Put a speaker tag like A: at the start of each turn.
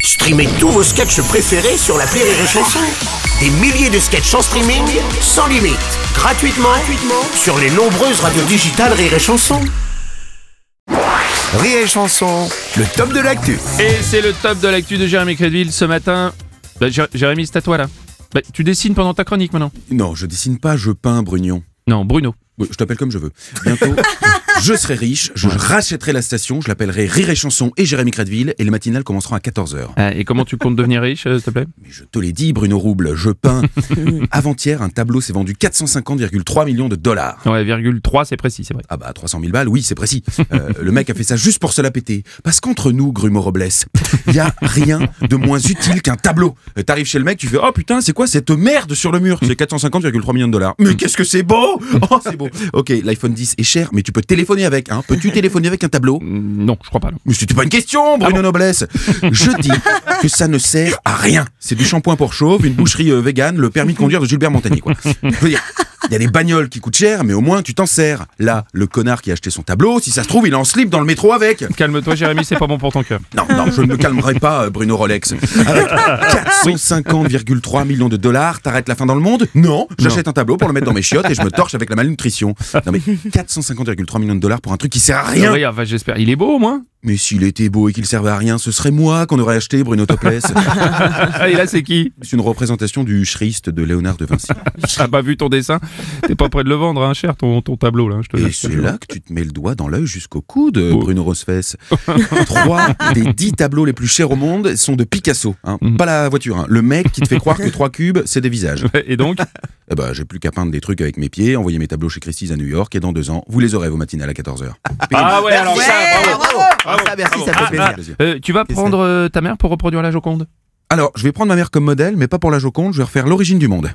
A: Streamez tous vos sketchs préférés sur la Rire et Chanson. Des milliers de sketchs en streaming, sans limite, gratuitement, gratuitement sur les nombreuses radios digitales Rire et Chanson. Rire et Chanson, le top de l'actu.
B: Et c'est le top de l'actu de Jérémy Crédville ce matin. Bah, Jé- Jérémy, c'est à toi là. Bah, tu dessines pendant ta chronique maintenant
C: Non, je dessine pas, je peins, Brugnon.
B: Non, Bruno.
C: Oui, Je t'appelle comme je veux. Bientôt, je serai riche, je rachèterai la station, je l'appellerai Rire et Chanson et Jérémy Cradville, et les matinales commenceront à 14h.
B: Ah, et comment tu comptes devenir riche, euh, s'il te plaît
C: Mais je te l'ai dit, Bruno Rouble, je peins. Avant-hier, un tableau s'est vendu 450,3 millions de dollars.
B: Ouais, virgule 3, c'est précis, c'est vrai.
C: Ah bah, 300 000 balles, oui, c'est précis. Euh, le mec a fait ça juste pour se la péter. Parce qu'entre nous, Grumeau Robles, il y a rien de moins utile qu'un tableau. Euh, T'arrives chez le mec, tu fais Oh putain, c'est quoi cette merde sur le mur C'est 450,3 millions de dollars. Mais qu'est-ce que c'est beau Oh, c'est beau. Ok, l'iPhone 10 est cher, mais tu peux téléphoner avec. Hein. Peux-tu téléphoner avec un tableau
B: Mm, Non, je crois pas. non.
C: mais c'était pas une question, Bruno Noblesse. Je dis que ça ne sert à rien. C'est du shampoing pour chauve, une boucherie euh, végane, le permis de conduire de Gilbert Montagnier, quoi. Je veux dire, il y a des bagnoles qui coûtent cher, mais au moins tu t'en sers. Là, le connard qui a acheté son tableau, si ça se trouve, il est en slip dans le métro avec.
B: Calme-toi, Jérémy, c'est pas bon pour ton cœur.
C: Non, non, je ne me calmerai pas, euh, Bruno Rolex. Avec 450,3 millions de dollars, t'arrêtes la fin dans le monde Non, j'achète un tableau pour le mettre dans mes chiottes et je me torche avec la malnutrition. Non mais 450,3 millions de dollars pour un truc qui sert à rien.
B: Ah, Ouais, enfin, j'espère. Il est beau au moins
C: Mais s'il était beau et qu'il servait à rien, ce serait moi qu'on aurait acheté Bruno Topless.
B: Ah, et là, c'est qui
C: C'est une représentation du Schreist de Léonard de Vinci.
B: T'as pas Ah, bah, vu ton dessin T'es pas prêt de le vendre, hein, cher, ton, ton tableau là. Je te
C: Et
B: laisse.
C: c'est là que tu te mets le doigt dans l'œil jusqu'au coude, Bruno Rosfess. Trois des dix tableaux les plus chers au monde sont de Picasso. hein. Pas la voiture, hein. le mec qui te fait croire que trois cubes, c'est des visages.
B: Et donc
C: Eh ben, j'ai plus qu'à peindre des trucs avec mes pieds, envoyer mes tableaux chez Christie's à New York, et dans deux ans, vous les aurez vos matinales à 14h.
B: Ah ouais, alors ça, bravo.
D: Ça, merci, ça fait plaisir.
B: Euh, Tu vas prendre euh, ta mère pour reproduire la Joconde
C: Alors, je vais prendre ma mère comme modèle, mais pas pour la Joconde, je vais refaire l'origine du monde.